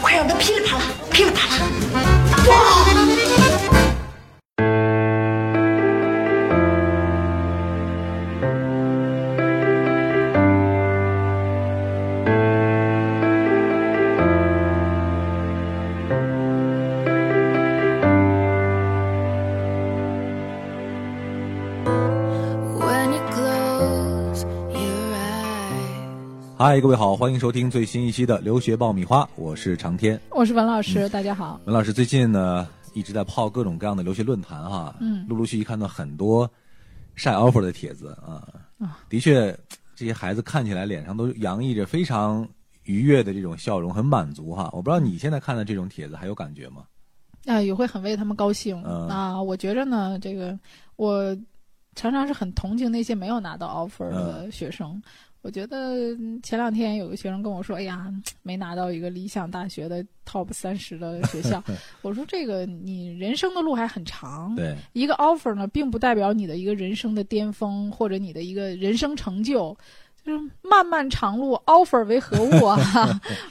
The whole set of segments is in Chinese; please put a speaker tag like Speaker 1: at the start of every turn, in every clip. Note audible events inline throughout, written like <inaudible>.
Speaker 1: 快让它噼里啪啦，噼里啪啦。
Speaker 2: When you close your eyes，”。
Speaker 3: 嗨，各位好，欢迎收听最新一期的《留学爆米花》，我是长天。
Speaker 4: 我是文老
Speaker 3: 嗯
Speaker 4: 师，大家好。
Speaker 3: 文老师最近呢一直在泡各种各样的留学论坛哈、
Speaker 4: 嗯
Speaker 3: 陆陆续续看到很多晒 offer 的帖子啊，的确，这些孩子看起来脸上都洋溢着非常愉悦的这种笑容，很满足哈、我不知道你现在看的这种帖子还有感觉吗？
Speaker 4: 啊，也会很为他们高兴、
Speaker 3: 嗯
Speaker 4: 啊。我觉着呢，这个我常常是很同情那些没有拿到
Speaker 3: 嗯
Speaker 4: offer 的学生。我觉得嗯前两天有个学生跟我说：“哎呀，没拿到一个理想大学的 top 三十的学校。”
Speaker 3: <laughs>
Speaker 4: 我说：“这个你人生的路还很长，
Speaker 3: 对，
Speaker 4: 一个 offer 呢，并不代表你的一个人生的巅峰或者你的一个人生成就。”就是漫漫长路，offer 为何
Speaker 3: <laughs>
Speaker 4: 物啊？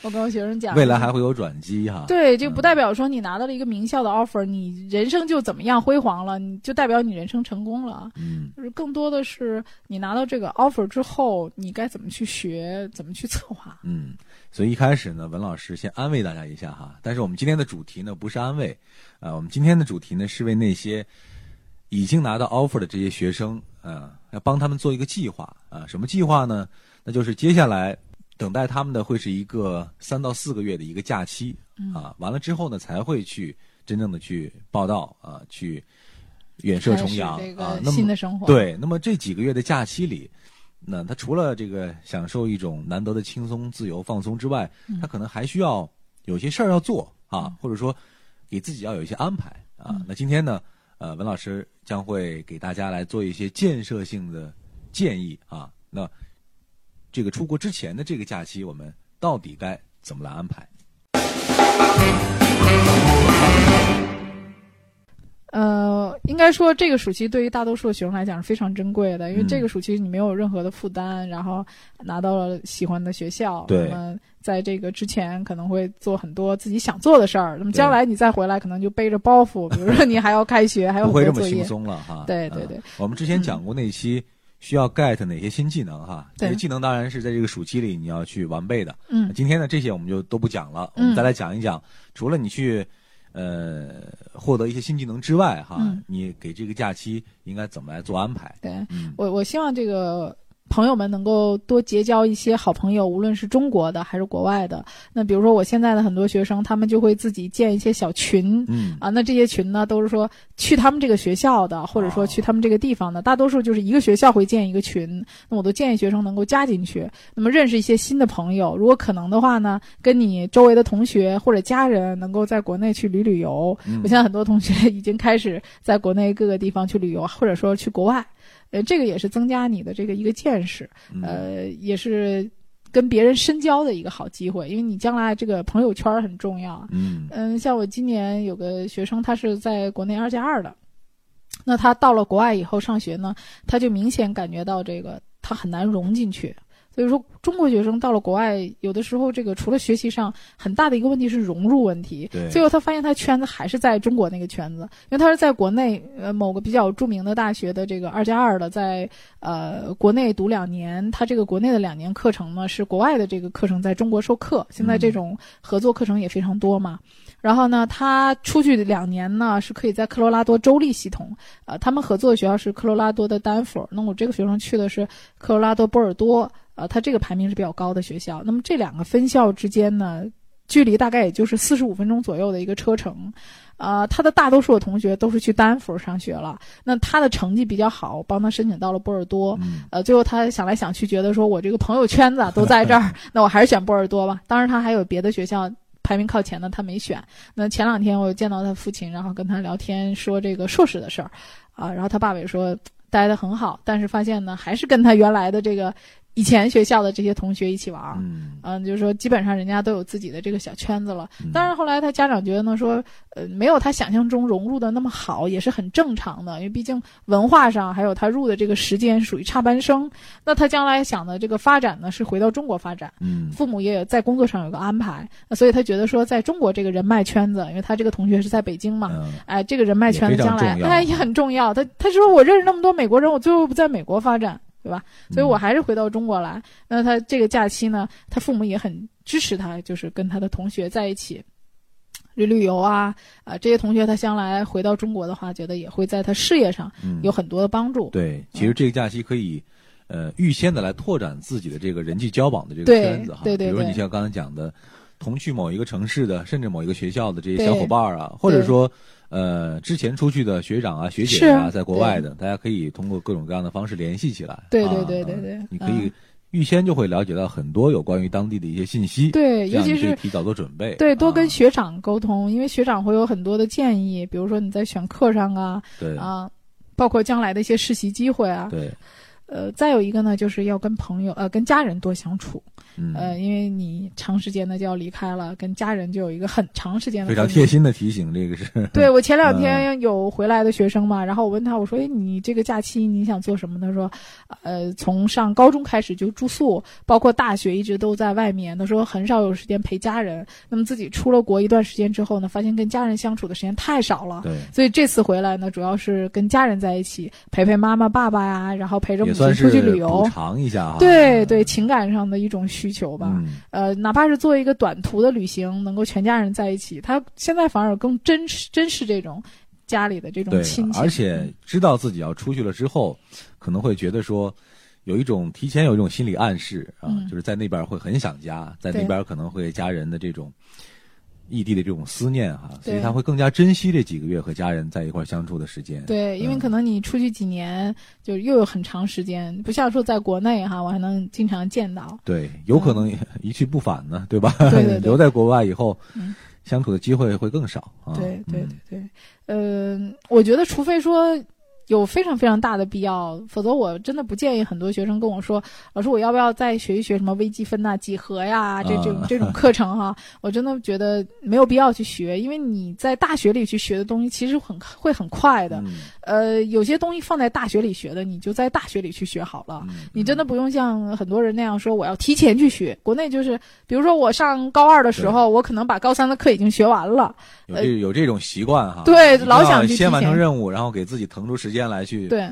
Speaker 4: 我跟我学生讲，
Speaker 3: 未来还会有转机哈、
Speaker 4: 对，这
Speaker 3: 嗯
Speaker 4: 不代表说你拿到了一个名校的 offer，你人生就怎么样辉煌了，你就代表你人生成功了。
Speaker 3: 嗯，
Speaker 4: 就是更多的是你拿到这个 offer 之后，你该怎么去学，怎么去策划。
Speaker 3: 嗯，所以一开始呢，文老师先安慰大家一下哈。但是我们今天的主题呢不是安慰，呃，我们今天的主题呢是为那些已经拿到 offer 的这些学生，呃，要帮他们做一个计划啊、什么计划呢？那就是接下来等待他们的会是一个三到四个月的一个假期
Speaker 4: 嗯
Speaker 3: 啊，完了之后呢才会去真正的去报道啊，去远涉
Speaker 4: 开
Speaker 3: 重
Speaker 4: 始
Speaker 3: 洋
Speaker 4: 这
Speaker 3: 啊
Speaker 4: 个。
Speaker 3: 那
Speaker 4: 新
Speaker 3: 么
Speaker 4: 的生活，，
Speaker 3: 对，那么这几个月的假期里，那他除了这个享受一种难得的轻松、自由、放松之外，他可能还需要有些事儿要做啊，或者说给自己要有一些安排啊。那今天呢，呃，文老师将会给大家来做一些建设性的建议啊。那这个出国之前的这个假期，我们到底该怎么来安排？
Speaker 4: 呃，应该说这个暑期对于大多数的学生来讲是非常珍贵的，因为
Speaker 3: 嗯
Speaker 4: 这个暑期你没有任何的负担，然后拿到了喜欢的学校，
Speaker 3: 对
Speaker 4: 那么在这个之前可能会做很多自己想做的事儿，那么将来你再回来可能就背着包袱，比如说你还要开学，还有
Speaker 3: 不会
Speaker 4: 很多
Speaker 3: 这么
Speaker 4: 作
Speaker 3: 轻
Speaker 4: 业，
Speaker 3: 松了哈。
Speaker 4: 对
Speaker 3: 嗯
Speaker 4: 对对
Speaker 3: 我们之前讲过那期需要 get 哪些新技能哈，这
Speaker 4: 对
Speaker 3: 些技能当然是在这个暑期里你要去完备的。
Speaker 4: 嗯
Speaker 3: 今天呢这些我们就都不讲了，我
Speaker 4: 嗯
Speaker 3: 们再来讲一讲，除了你去呃获得一些新技能之外哈，
Speaker 4: 嗯
Speaker 3: 你给这个假期应该怎么来做安排？
Speaker 4: 对
Speaker 3: 嗯，
Speaker 4: 我我希望这个朋友们能够多结交一些好朋友，无论是中国的还是国外的。那比如说我现在的很多学生，他们就会自己建一些小群。
Speaker 3: 嗯
Speaker 4: 啊，那这些群呢，都是说去他们这个学校的，或者
Speaker 3: 哦
Speaker 4: 说去他们这个地方的，大多数就是一个学校会建一个群。那我都建议学生能够加进去，那么认识一些新的朋友。如果可能的话呢，跟你周围的同学或者家人能够在国内去旅旅游，
Speaker 3: 嗯
Speaker 4: 我现在很多同学 <laughs> 已经开始在国内各个地方去旅游，或者说去国外，呃，这个也是增加你的这个一个见识，
Speaker 3: 嗯
Speaker 4: 呃，也是跟别人深交的一个好机会，因为你将来这个朋友圈儿很重要啊。
Speaker 3: 嗯
Speaker 4: 嗯，像我今年有个学生，他是在国内二加二的，那他到了国外以后上学呢，他就明显感觉到这个他很难融进去。所以说，中国学生到了国外，有的时候这个除了学习上，很大的一个问题是融入问题。
Speaker 3: 对
Speaker 4: 最后他发现他圈子还是在中国那个圈子，因为他是在国内呃某个比较著名的大学的这个二加二的，在呃国内读两年，他这个国内的两年课程呢是国外的这个课程在中国授课，现在这种合作课程也非常多嘛。然后呢，他出去两年呢是可以在科罗拉多州立系统，呃，他们合作的学校是科罗拉多的丹佛，那我这个学生去的是科罗拉多波尔多，呃，它这个排名是比较高的学校。那么这两个分校之间呢，距离大概也就是四十五分钟左右的一个车程。呃，他的大多数的同学都是去丹佛上学了，那他的成绩比较好，帮他申请到了波尔多。
Speaker 3: 嗯
Speaker 4: 呃，最后他想来想去，觉得说我这个朋友圈子啊都在这儿，那我还是选波尔多吧。当然，他还有别的学校。排名靠前的他没选。那前两天我又见到他父亲，然后跟他聊天说这个硕士的事儿，啊，然后他爸爸也说待得很好，但是发现呢，还是跟他原来的这个以前学校的这些同学一起玩儿。
Speaker 3: 嗯，
Speaker 4: 嗯，就是说基本上人家都有自己的这个小圈子了。
Speaker 3: 嗯
Speaker 4: 但是后来他家长觉得呢，说呃没有他想象中融入的那么好，也是很正常的，因为毕竟文化上还有他入的这个时间属于插班生。那他将来想的这个发展呢，是回到中国发展。
Speaker 3: 嗯
Speaker 4: 父母也有在工作上有个安排，那所以他觉得说，在中国这个人脉圈子，因为他这个同学是在北京嘛，
Speaker 3: 嗯
Speaker 4: 哎，这个人脉圈子
Speaker 3: 也非
Speaker 4: 将
Speaker 3: 常
Speaker 4: 来
Speaker 3: 重要
Speaker 4: 哎也很重要。他他说我认识那么多美国人，我最后不在美国发展，对吧？所
Speaker 3: 嗯
Speaker 4: 以我还是回到中国来。那他这个假期呢，他父母也很支持他，就是跟他的同学在一起。旅旅游啊，啊、这些同学他将来回到中国的话，觉得也会在他事业上
Speaker 3: 嗯
Speaker 4: 有很多的帮助。
Speaker 3: 对，其实这个假期可以，呃，预先的来拓展自己的这个人际交往的这个
Speaker 4: 对
Speaker 3: 圈子哈。
Speaker 4: 对对
Speaker 3: 比如
Speaker 4: 对
Speaker 3: 你像刚才讲的，同去某一个城市的，甚至某一个学校的这些
Speaker 4: 对
Speaker 3: 小伙伴儿啊，或者说，呃，之前出去的学长啊、学姐啊，
Speaker 4: 是
Speaker 3: 在国外的，大家可以通过各种各样的方式联系起来。
Speaker 4: 对
Speaker 3: 啊
Speaker 4: 对对对对嗯
Speaker 3: 你可以预先就会了解到很多有关于当地的一些信息。
Speaker 4: 对，
Speaker 3: 这
Speaker 4: 尤
Speaker 3: 样
Speaker 4: 其
Speaker 3: 你可以
Speaker 4: 是
Speaker 3: 提早做准备。
Speaker 4: 对多
Speaker 3: 啊
Speaker 4: 跟学长沟通，因为学长会有很多的建议，比如说你在选课上啊，
Speaker 3: 对
Speaker 4: 啊，包括将来的一些实习机会啊。
Speaker 3: 对
Speaker 4: 呃，再有一个呢，就是要跟朋友呃跟家人多相处，
Speaker 3: 嗯
Speaker 4: 呃，因为你长时间的就要离开了，跟家人就有一个很长时间的
Speaker 3: 非常
Speaker 4: 分离
Speaker 3: 贴。心的提醒，这个是
Speaker 4: 对我前
Speaker 3: 嗯
Speaker 4: 两天有回来的学生嘛，然后我问他，我说：“哎，你这个假期你想做什么？”他说：“呃，从上高中开始就住宿，包括大学一直都在外面。他说很少有时间陪家人。那么自己出了国一段时间之后呢，发现跟家人相处的时间太少了。
Speaker 3: 对。
Speaker 4: 所以这次回来呢，主要是跟家人在一起，陪陪妈妈、爸爸呀，然后陪着母
Speaker 3: 也
Speaker 4: 亲
Speaker 3: 算
Speaker 4: 出
Speaker 3: 是
Speaker 4: 去旅
Speaker 3: 补
Speaker 4: 游。
Speaker 3: 偿一下啊。
Speaker 4: 对对，情感上的一种需求吧。
Speaker 3: 嗯，
Speaker 4: 呃，哪怕是做一个短途的旅行，能够全家人在一起，他现在反而更珍视珍视这种家里的这种
Speaker 3: 对
Speaker 4: 亲，情。嗯
Speaker 3: 而且知道自己要出去了之后，可能会觉得说，有一种提前有一种心理暗示啊，
Speaker 4: 嗯
Speaker 3: 就是在那边会很想家，在
Speaker 4: 对
Speaker 3: 那边可能会家人的这种异地的这种思念哈、所以
Speaker 4: 对
Speaker 3: 他会更加珍惜这几个月和家人在一块儿相处的时间。
Speaker 4: 对，因为
Speaker 3: 嗯
Speaker 4: 可能你出去几年，就又有很长时间，不像说在国内哈，我还能经常见到。
Speaker 3: 对，有可能 <laughs> 一去不返呢，对吧？
Speaker 4: 嗯对
Speaker 3: <laughs>
Speaker 4: 对对
Speaker 3: 留在国外以后，
Speaker 4: 嗯
Speaker 3: 相处的机会会更少啊。
Speaker 4: 对对
Speaker 3: 嗯
Speaker 4: 对对，嗯、我觉得除非说有非常非常大的必要，否则我真的不建议很多学生跟我说，老师我要不要再学一学什么微积分呐、几何呀这这种
Speaker 3: 啊
Speaker 4: 这种课程哈、 <laughs> 我真的觉得没有必要去学，因为你在大学里去学的东西其实很会很快的，
Speaker 3: 嗯
Speaker 4: 呃，有些东西放在大学里学的，你就在大学里去学好了。
Speaker 3: 嗯
Speaker 4: 啊你真的不用像很多人那样说我要提前去学，国内就是，比如说我上高二的时候，我可能把高三的课已经学完了，
Speaker 3: 有这有这种习惯哈，
Speaker 4: 对
Speaker 3: 一定
Speaker 4: 老
Speaker 3: 要
Speaker 4: 想去提
Speaker 3: 先完成
Speaker 4: 前
Speaker 3: 任务，然后给自己腾出时间来去
Speaker 4: 对，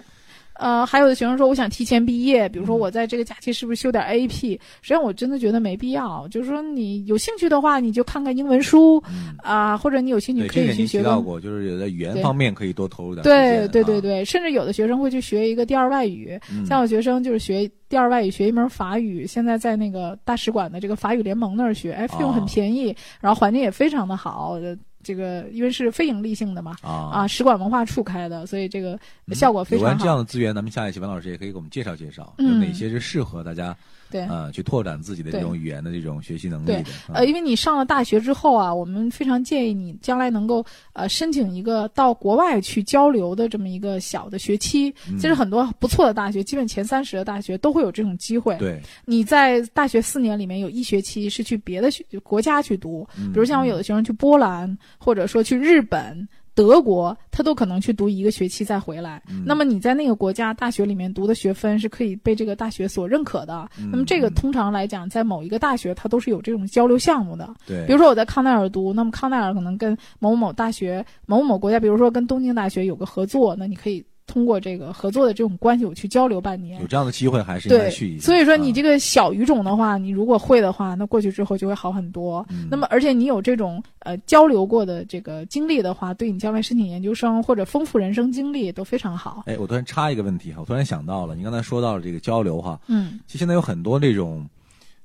Speaker 4: 呃，还有的学生说我想提前毕业，比如说
Speaker 3: 嗯
Speaker 4: 我在这个假期是不是修点 AP？实际上我真的觉得没必要，就是说你有兴趣的话，你就看看英文书
Speaker 3: 嗯
Speaker 4: 啊、或者你有兴趣
Speaker 3: 对，
Speaker 4: 可
Speaker 3: 这个
Speaker 4: 以去
Speaker 3: 您
Speaker 4: 学
Speaker 3: 提
Speaker 4: 个
Speaker 3: 到。过，就是有在语言
Speaker 4: 对
Speaker 3: 方面可以多投入点
Speaker 4: 对
Speaker 3: 时间。
Speaker 4: 对对
Speaker 3: 啊，
Speaker 4: 对，甚至有的学生会去学一个第二外语，
Speaker 3: 嗯
Speaker 4: 像我学生就是学第二外语，学一门法语，现在在那个大使馆的这个法语联盟那儿学，哎，费用很
Speaker 3: 啊
Speaker 4: 便宜，然后环境也非常的好，呃这个因为是非盈利性的嘛，
Speaker 3: 啊
Speaker 4: 啊，使馆文化处开的，所以这个
Speaker 3: 嗯
Speaker 4: 效果非
Speaker 3: 有关
Speaker 4: 常
Speaker 3: 这样
Speaker 4: 好。
Speaker 3: 的资源，咱们下一期文老师也可以给我们介绍介绍，有
Speaker 4: 嗯
Speaker 3: 哪些是适合大家
Speaker 4: 对，
Speaker 3: 呃去拓展自己的这
Speaker 4: 对
Speaker 3: 种语言的这种学习能力的。啊
Speaker 4: 呃，因为你上了大学之后啊，我们非常建议你将来能够呃申请一个到国外去交流的这么一个小的学期。
Speaker 3: 嗯
Speaker 4: 其实很多不错的大学，基本前三十的大学都会有这种机会。
Speaker 3: 对，
Speaker 4: 你在大学四年里面有一学期是去别的学国家去读，
Speaker 3: 比
Speaker 4: 比如像我有的学生去波兰，或者说去日本。德国，他都可能去读一个学期再回来。
Speaker 3: 嗯
Speaker 4: 那么你在那个国家大学里面读的学分是可以被这个大学所认可的。那么这个
Speaker 3: 嗯嗯
Speaker 4: 通常来讲，在某一个大学，它都是有这种交流项目的。
Speaker 3: 对，
Speaker 4: 比如说我在康奈尔读，那么康奈尔可能跟某某某大学、某某某国家，比如说跟东京大学有个合作，那你可以通过这个合作的这种关系，我去交流半年
Speaker 3: 有。这样的机会，还是应该
Speaker 4: 对
Speaker 3: 去一，下。嗯啊
Speaker 4: 所以说你这
Speaker 3: 个，
Speaker 4: 个小语种的话，你如果会的话，那过去之后就会好很多。
Speaker 3: 嗯
Speaker 4: 那么，而且你有这种呃交流过的这个经历的话，对你将来申请研究生或者丰富人生经历都非常好。
Speaker 3: 哎，我突然插一个问题哈，我突然想到了，你刚才说到了这个交流哈，
Speaker 4: 嗯，
Speaker 3: 其实现在有很多这种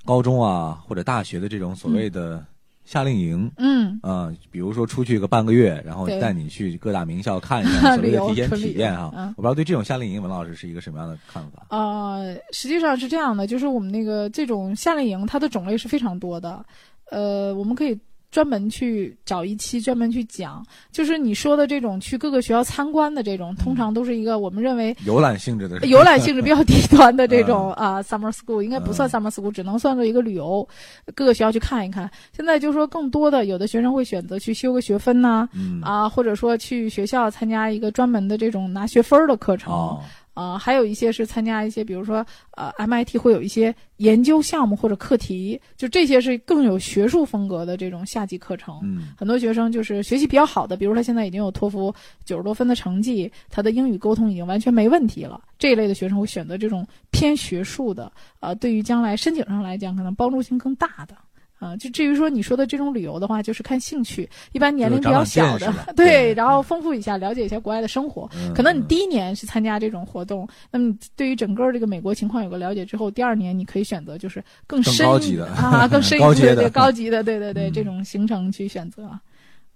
Speaker 3: 高中啊或者大学的这种所谓的夏令营。
Speaker 4: 嗯，
Speaker 3: 啊、比如说出去个半个月，然后
Speaker 4: 对
Speaker 3: 带你去各大名校看一
Speaker 4: <laughs>
Speaker 3: 看，所谓
Speaker 4: 旅
Speaker 3: 的
Speaker 4: 游
Speaker 3: 提前
Speaker 4: 纯旅
Speaker 3: 体
Speaker 4: 游
Speaker 3: 验哈。
Speaker 4: 嗯
Speaker 3: 我不知道对这种夏令营，文老师是一个什么样的看法？
Speaker 4: 呃，实际上是这样的，就是我们那个这种夏令营，它的种类是非常多的。呃，我们可以专门去找一期专门去讲，就是你说的这种去各个学校参观的这种，通常都是一个我们认为
Speaker 3: 游览性 <laughs> 质的
Speaker 4: 游览性质比较低端的这种
Speaker 3: 嗯
Speaker 4: 啊，summer school 应该不算 summer school，只能算作一个旅游，各个学校去看一看。现在就说更多的，有的学生会选择去修个学分呐、
Speaker 3: 嗯
Speaker 4: 啊，或者说去学校参加一个专门的这种拿学分儿的课程。
Speaker 3: 哦，
Speaker 4: 呃，还有一些是参加一些，比如说呃，MIT 会有一些研究项目或者课题，就这些是更有学术风格的这种夏季课程。
Speaker 3: 嗯
Speaker 4: 很多学生就是学习比较好的，比如他现在已经有托福九十多分的成绩，他的英语沟通已经完全没问题了。这一类的学生会选择这种偏学术的，呃，对于将来申请上来讲，可能帮助性更大的。啊、就至于说你说的这种旅游的话，就是看兴趣，一般年龄比较小
Speaker 3: 就是长长见识
Speaker 4: 的
Speaker 3: 了，对
Speaker 4: 对，然后丰富一下，了解一下国外的生活。
Speaker 3: 嗯
Speaker 4: 可能你第一年是参加这种活动，那么你对于整个这个美国情况有个了解之后，第二年你可以选择就是更
Speaker 3: 更
Speaker 4: 深
Speaker 3: 高级的
Speaker 4: 啊，更
Speaker 3: <laughs>
Speaker 4: 深一
Speaker 3: 高
Speaker 4: 步
Speaker 3: 阶的
Speaker 4: 对高级的，对对对，
Speaker 3: 嗯
Speaker 4: 这种行程去选择，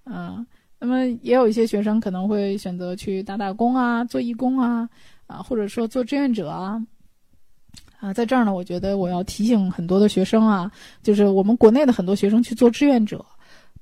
Speaker 4: 嗯、那么也有一些学生可能会选择去打打工啊，做义工啊，啊，或者说做志愿者啊。啊，在这儿呢，我觉得我要提醒很多的学生啊，就是我们国内的很多学生去做志愿者，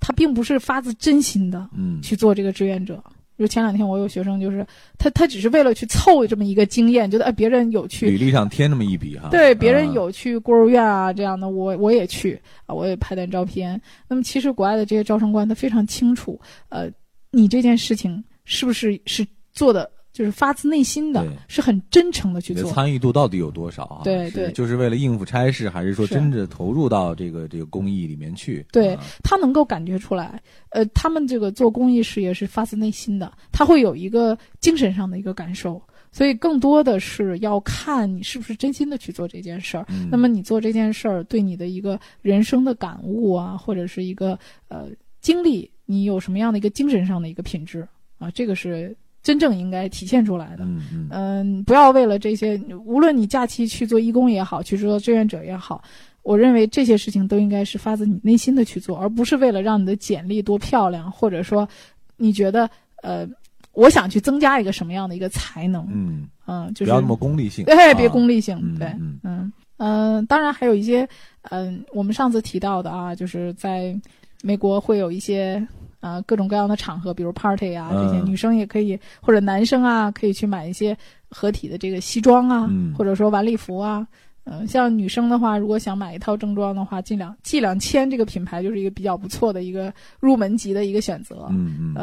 Speaker 4: 他并不是发自真心的，
Speaker 3: 嗯
Speaker 4: 去做这个志愿者。就前两天我有学生，就是他他只是为了去凑这么一个经验，觉得哎别人有去，
Speaker 3: 履历上添那么一笔哈，
Speaker 4: 对别人
Speaker 3: 啊
Speaker 4: 有去孤儿院啊这样的，我我也去啊，我也拍点照片。那么其实国外的这些招生官他非常清楚，呃，你这件事情是不是是做的就是发自内心的
Speaker 3: 对，
Speaker 4: 是很真诚的去
Speaker 3: 你的
Speaker 4: 做。
Speaker 3: 参与度到底有多少啊？
Speaker 4: 对
Speaker 3: 是
Speaker 4: 对
Speaker 3: 就是为了应付差事，还是说
Speaker 4: 是
Speaker 3: 真的投入到这个这个公益里面去？
Speaker 4: 对
Speaker 3: 啊
Speaker 4: 他能够感觉出来，呃，他们这个做公益事业是发自内心的，他会有一个精神上的一个感受，所以更多的是要看你是不是真心的去做这件事儿。
Speaker 3: 嗯
Speaker 4: 那么你做这件事儿对你的一个人生的感悟啊，或者是一个呃经历，你有什么样的一个精神上的一个品质啊？这个是真正应该体现出来的。
Speaker 3: 嗯嗯
Speaker 4: 嗯，不要为了这些，无论你假期去做义工也好，去做志愿者也好，我认为这些事情都应该是发自你内心的去做，而不是为了让你的简历多漂亮，或者说你觉得呃，我想去增加一个什么样的一个才能，
Speaker 3: 嗯，
Speaker 4: 嗯，就
Speaker 3: 不
Speaker 4: 是
Speaker 3: 要那么功利性，
Speaker 4: 对，
Speaker 3: 啊
Speaker 4: 别功利性，
Speaker 3: 嗯
Speaker 4: 对，
Speaker 3: 嗯
Speaker 4: 嗯嗯、呃当然还有一些嗯、我们上次提到的啊，就是在美国会有一些。啊、各种各样的场合，比如 party 啊，这些
Speaker 3: 嗯
Speaker 4: 女生也可以，或者男生啊，可以去买一些合体的这个西装啊，
Speaker 3: 嗯
Speaker 4: 或者说晚礼服啊。嗯、像女生的话，如果想买一套正装的话，近两季两千这个品牌就是一个比较不错的一个入门级的一个选择。
Speaker 3: 嗯嗯，
Speaker 4: 啊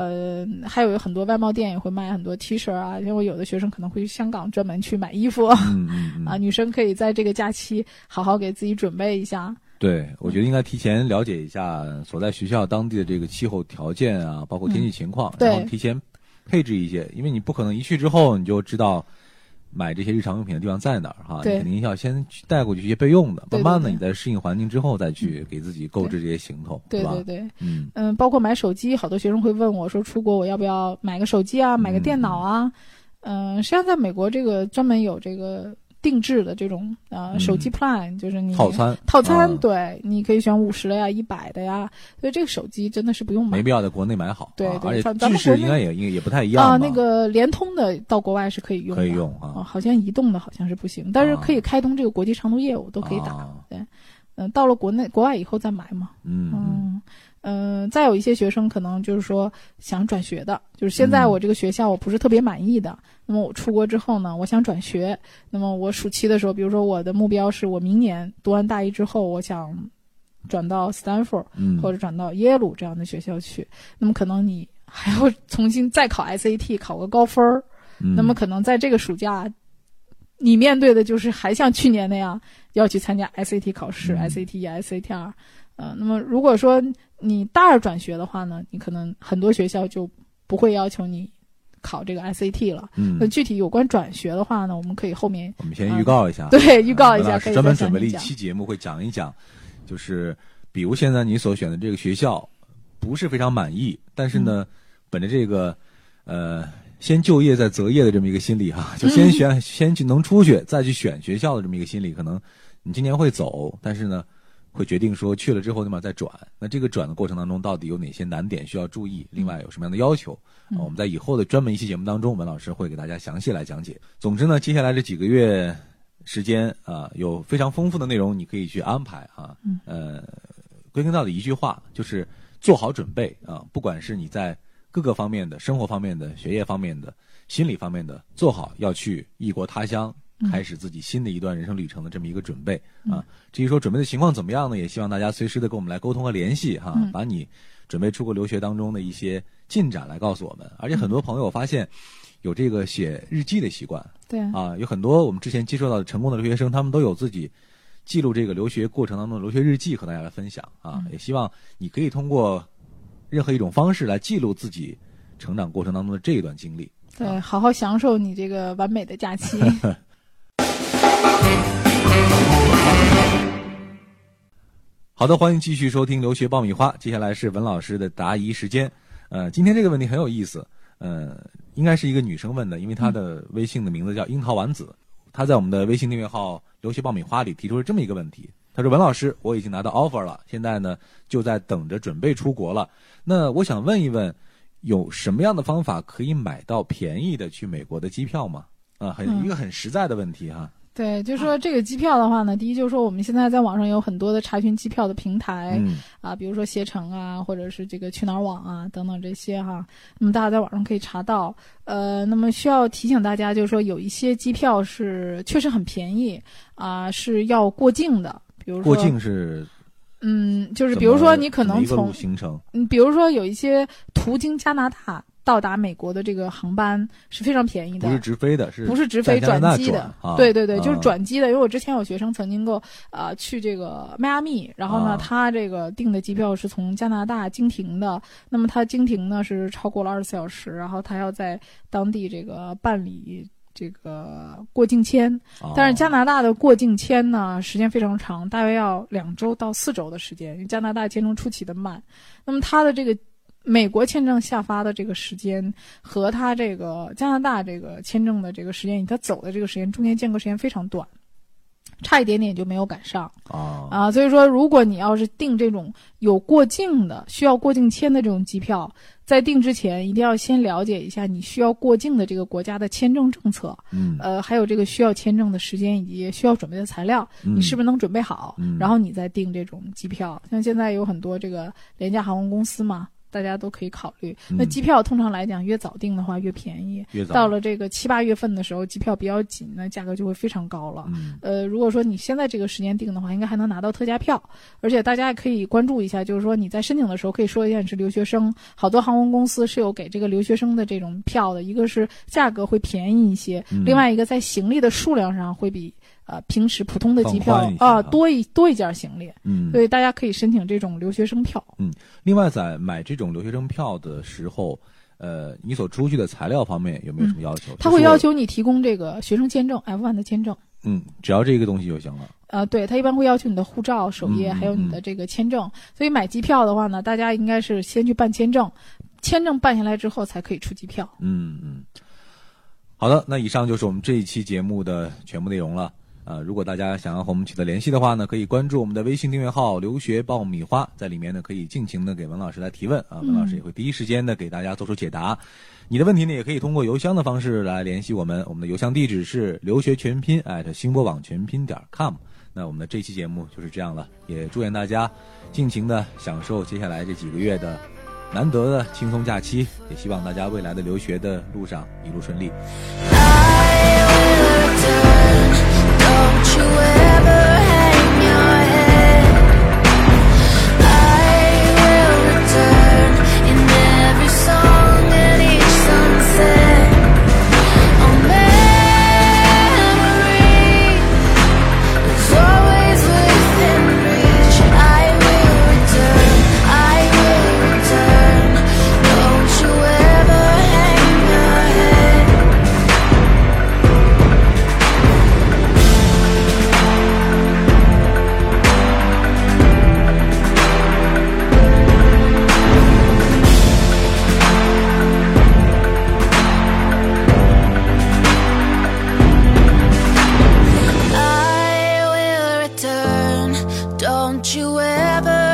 Speaker 4: 呃，还有很多外贸店也会卖很多 T 恤啊，因为有的学生可能会去香港专门去买衣服啊，
Speaker 3: 嗯嗯嗯
Speaker 4: 啊，女生可以在这个假期好好给自己准备一下。
Speaker 3: 对，我觉得应该提前了解一下所在学校当地的这个气候条件啊，包括天气情况，
Speaker 4: 嗯对
Speaker 3: 然后提前配置一些，因为你不可能一去之后你就知道买这些日常用品的地方在哪儿哈，你
Speaker 4: 对
Speaker 3: 肯定要先去带过去一些备用的，
Speaker 4: 对
Speaker 3: 慢慢的
Speaker 4: 对嗯
Speaker 3: 你在适应环境之后再去给自己购置这些行头，
Speaker 4: 对
Speaker 3: 吧
Speaker 4: 对？对，
Speaker 3: 嗯，
Speaker 4: 嗯，包括买手机，好多学生会问我说，出国我要不要买个手机啊，买个电脑啊？嗯，实际上在美国这个专门有这个定制的这种呃
Speaker 3: 嗯
Speaker 4: 手机 plan，就是你
Speaker 3: 套餐
Speaker 4: 套餐，
Speaker 3: 嗯
Speaker 4: 对，你可以选五十的呀、一百的呀，所以这个手机真的是不用买
Speaker 3: 没。必要在国内买好，
Speaker 4: 对
Speaker 3: 啊
Speaker 4: 对
Speaker 3: 而且
Speaker 4: 咱咱
Speaker 3: 制
Speaker 4: 们
Speaker 3: 式
Speaker 4: 国内
Speaker 3: 应该也应该也不太一样吧
Speaker 4: 啊，那个联通的到国外是可以用的，
Speaker 3: 可以用啊
Speaker 4: 啊，好像移动的好像是不行，但是
Speaker 3: 啊
Speaker 4: 可以开通这个国际长途业务，都可以打。
Speaker 3: 啊
Speaker 4: 嗯，到了国内国外以后再买嘛。
Speaker 3: 嗯嗯
Speaker 4: 嗯嗯，再有一些学生可能就是说想转学的，就是现在
Speaker 3: 嗯
Speaker 4: 我这个学校我不是特别满意的，那么我出国之后呢，我想转学，那么我暑期的时候，比如说我的目标是我明年读完大一之后，我想转到斯坦福
Speaker 3: 嗯，
Speaker 4: 或者转到耶鲁这样的学校去，那么可能你还要重新再考 SAT，考个高分儿，
Speaker 3: 嗯
Speaker 4: 那么可能在这个暑假，你面对的就是还像去年那样要去参加 SAT 考试、
Speaker 3: 嗯
Speaker 4: SAT 一、SAT 二，呃，那么如果说你大二转学的话呢，你可能很多学校就不会要求你考这个 SAT 了。
Speaker 3: 嗯
Speaker 4: 那，具体有关转学的话呢，我们可以后面
Speaker 3: 我们先预告一下，
Speaker 4: 啊
Speaker 3: 啊
Speaker 4: 对预告一下，
Speaker 3: 嗯老
Speaker 4: 可
Speaker 3: 师
Speaker 4: 以
Speaker 3: 专门
Speaker 4: 再
Speaker 3: 准备了
Speaker 4: 讲
Speaker 3: 一
Speaker 4: 讲
Speaker 3: 期节目，会讲一讲，就是比如现在你所选的这个学校不是非常满意，但是呢，
Speaker 4: 嗯
Speaker 3: 本着这个呃先就业再择业的这么一个心理哈、就
Speaker 4: <laughs>
Speaker 3: 先选、先去能出去，再去选学校的这么一个心理，可能你今年会走，但是呢。会决定说去了之后，那么再转。那这个转的过程当中，到底有哪些难点需要注意？另外有什么样的要求？
Speaker 4: 嗯
Speaker 3: 啊，我们在以后的专门一期节目当中，文老师会给大家详细来讲解。总之呢，接下来这几个月时间啊、有非常丰富的内容，你可以去安排啊。呃，归根到底一句话，就是做好准备啊，不管是你在各个方面的生活方面的、学业方面的、心理方面的，做好要去异国他乡。开始自己新的一段人生旅程的这么一个准备啊，至于说准备的情况怎么样呢？也希望大家随时的跟我们来沟通和联系哈、
Speaker 4: 嗯
Speaker 3: 把你准备出国留学当中的一些进展来告诉我们。而且很多朋友发现有这个写日记的习惯，
Speaker 4: 对啊，
Speaker 3: 啊，有很多我们之前接触到的成功的留学生，他们都有自己记录这个留学过程当中的留学日记和大家来分享啊。也希望你可以通过任何一种方式来记录自己成长过程当中的这一段经历。
Speaker 4: 对，好好享受你这个完美的
Speaker 3: <laughs>
Speaker 4: 假期。
Speaker 3: 好的，欢迎继续收听《留学爆米花》，接下来是文老师的答疑时间。呃，今天这个问题很有意思，呃，应该是一个女生问的，因为她的微信的名字叫樱桃丸子，她在我们的微信订阅号“留学爆米花”里提出了这么一个问题，她说：“文老师，我已经拿到 offer 了，现在呢就在等着准备出国了。那我想问一问，有什么样的方法可以买到便宜的去美国的机票吗？”啊，很
Speaker 4: 嗯
Speaker 3: 一个很实在的问题哈。
Speaker 4: 对，就说这个机票的话呢，第一就是说我们现在在网上有很多的查询机票的平台、
Speaker 3: 嗯，
Speaker 4: 啊，比如说携程啊，或者是这个去哪儿网啊等等这些哈，那么大家在网上可以查到。呃，那么需要提醒大家，就是说有一些机票是确实很便宜啊，是要过境的，比如说
Speaker 3: 过境是
Speaker 4: 嗯，就
Speaker 3: 就是
Speaker 4: 比如说你可能
Speaker 3: 一个
Speaker 4: 从
Speaker 3: 路行程。
Speaker 4: 嗯，比如说有一些途经加拿大到达美国的这个航班是非常便宜的，
Speaker 3: 不是直飞的，是
Speaker 4: 不是直飞
Speaker 3: 在加
Speaker 4: 转
Speaker 3: 拿大
Speaker 4: 机的
Speaker 3: 转，啊
Speaker 4: 对对对，就是
Speaker 3: 啊
Speaker 4: 转机的。因为我之前有学生曾经够啊、呃去这个迈阿密，然后呢，
Speaker 3: 啊
Speaker 4: 他这个订的机票是从加拿大经停的，那么他经停呢是超过了二十四小时，然后他要在当地这个办理。这个过境签，
Speaker 3: 哦
Speaker 4: 但是加拿大的过境签呢，时间非常长，大约要两周到四周的时间，因为加拿大签证出奇的慢。那么它的这个美国签证下发的这个时间和它这个加拿大这个签证的这个时间，以及它走的这个时间中间间隔时间非常短，差一点点就没有赶上
Speaker 3: 啊
Speaker 4: 啊。所以说，如果你要是订这种有过境的、需要过境签的这种机票，在订之前一定要先了解一下你需要过境的这个国家的签证政策，
Speaker 3: 嗯，
Speaker 4: 呃，还有这个需要签证的时间以及需要准备的材料，你是不
Speaker 3: 是
Speaker 4: 是能准备好，
Speaker 3: 嗯
Speaker 4: 然后你再订这种机票？像现在有很多这个廉价航空公司嘛，大家都可以考虑。那
Speaker 3: 嗯
Speaker 4: 机票通常来讲，越早订的话越便宜。
Speaker 3: 越早
Speaker 4: 到了这个七八月份的时候，机票比较紧，那价格就会非常高了。
Speaker 3: 嗯
Speaker 4: 呃，如果说你现在这个时间订的话，应该还能拿到特价票，而且大家也可以关注一下，就是说你在申请的时候可以说一下你是留学生，好多航空公司是有给这个留学生的这种票的，一个是价格会便宜一些，
Speaker 3: 嗯
Speaker 4: 另外一个在行李的数量上会比呃平时普通的机票
Speaker 3: 放宽一些
Speaker 4: 啊、
Speaker 3: 啊
Speaker 4: 多一多一件行李，
Speaker 3: 嗯，
Speaker 4: 所以大家可以申请这种留学生票。
Speaker 3: 另外，在买这种留学生票的时候，呃，你所出具的材料方面有没有什么要求？就
Speaker 4: 他
Speaker 3: 是
Speaker 4: 会要求你提供这个学生签证 F1 的签证。
Speaker 3: 我，嗯，只要这个东西就行了。
Speaker 4: 呃，对，他一般会要求你的护照、首页，
Speaker 3: 嗯
Speaker 4: 还有你的这个签证。所以买机票的话呢，大家应该是先去办签证，签证办下来之后才可以出机票。
Speaker 3: 嗯嗯，好的，那以上就是我们这一期节目的全部内容了。呃，如果大家想要和我们取得联系的话呢，可以关注我们的微信订阅号“留学爆米花”，在里面呢可以尽情的给文老师来提问啊，文老师也会第一时间的给大家做出解答。你的问题呢，也可以通过邮箱的方式来联系我们，我们的邮箱地址是留学全拼艾特新播网全拼点儿 com。那我们的这期节目就是这样了，也祝愿大家尽情的享受接下来这几个月的难得的轻松假期，也希望大家未来的留学的路上一路顺利。
Speaker 2: Don't you ever hang your head. I will return in every song and each sunset. Oh, memory is always within reach. I will return. I will return. Don't you ever hang your head. I will return. Don't you ever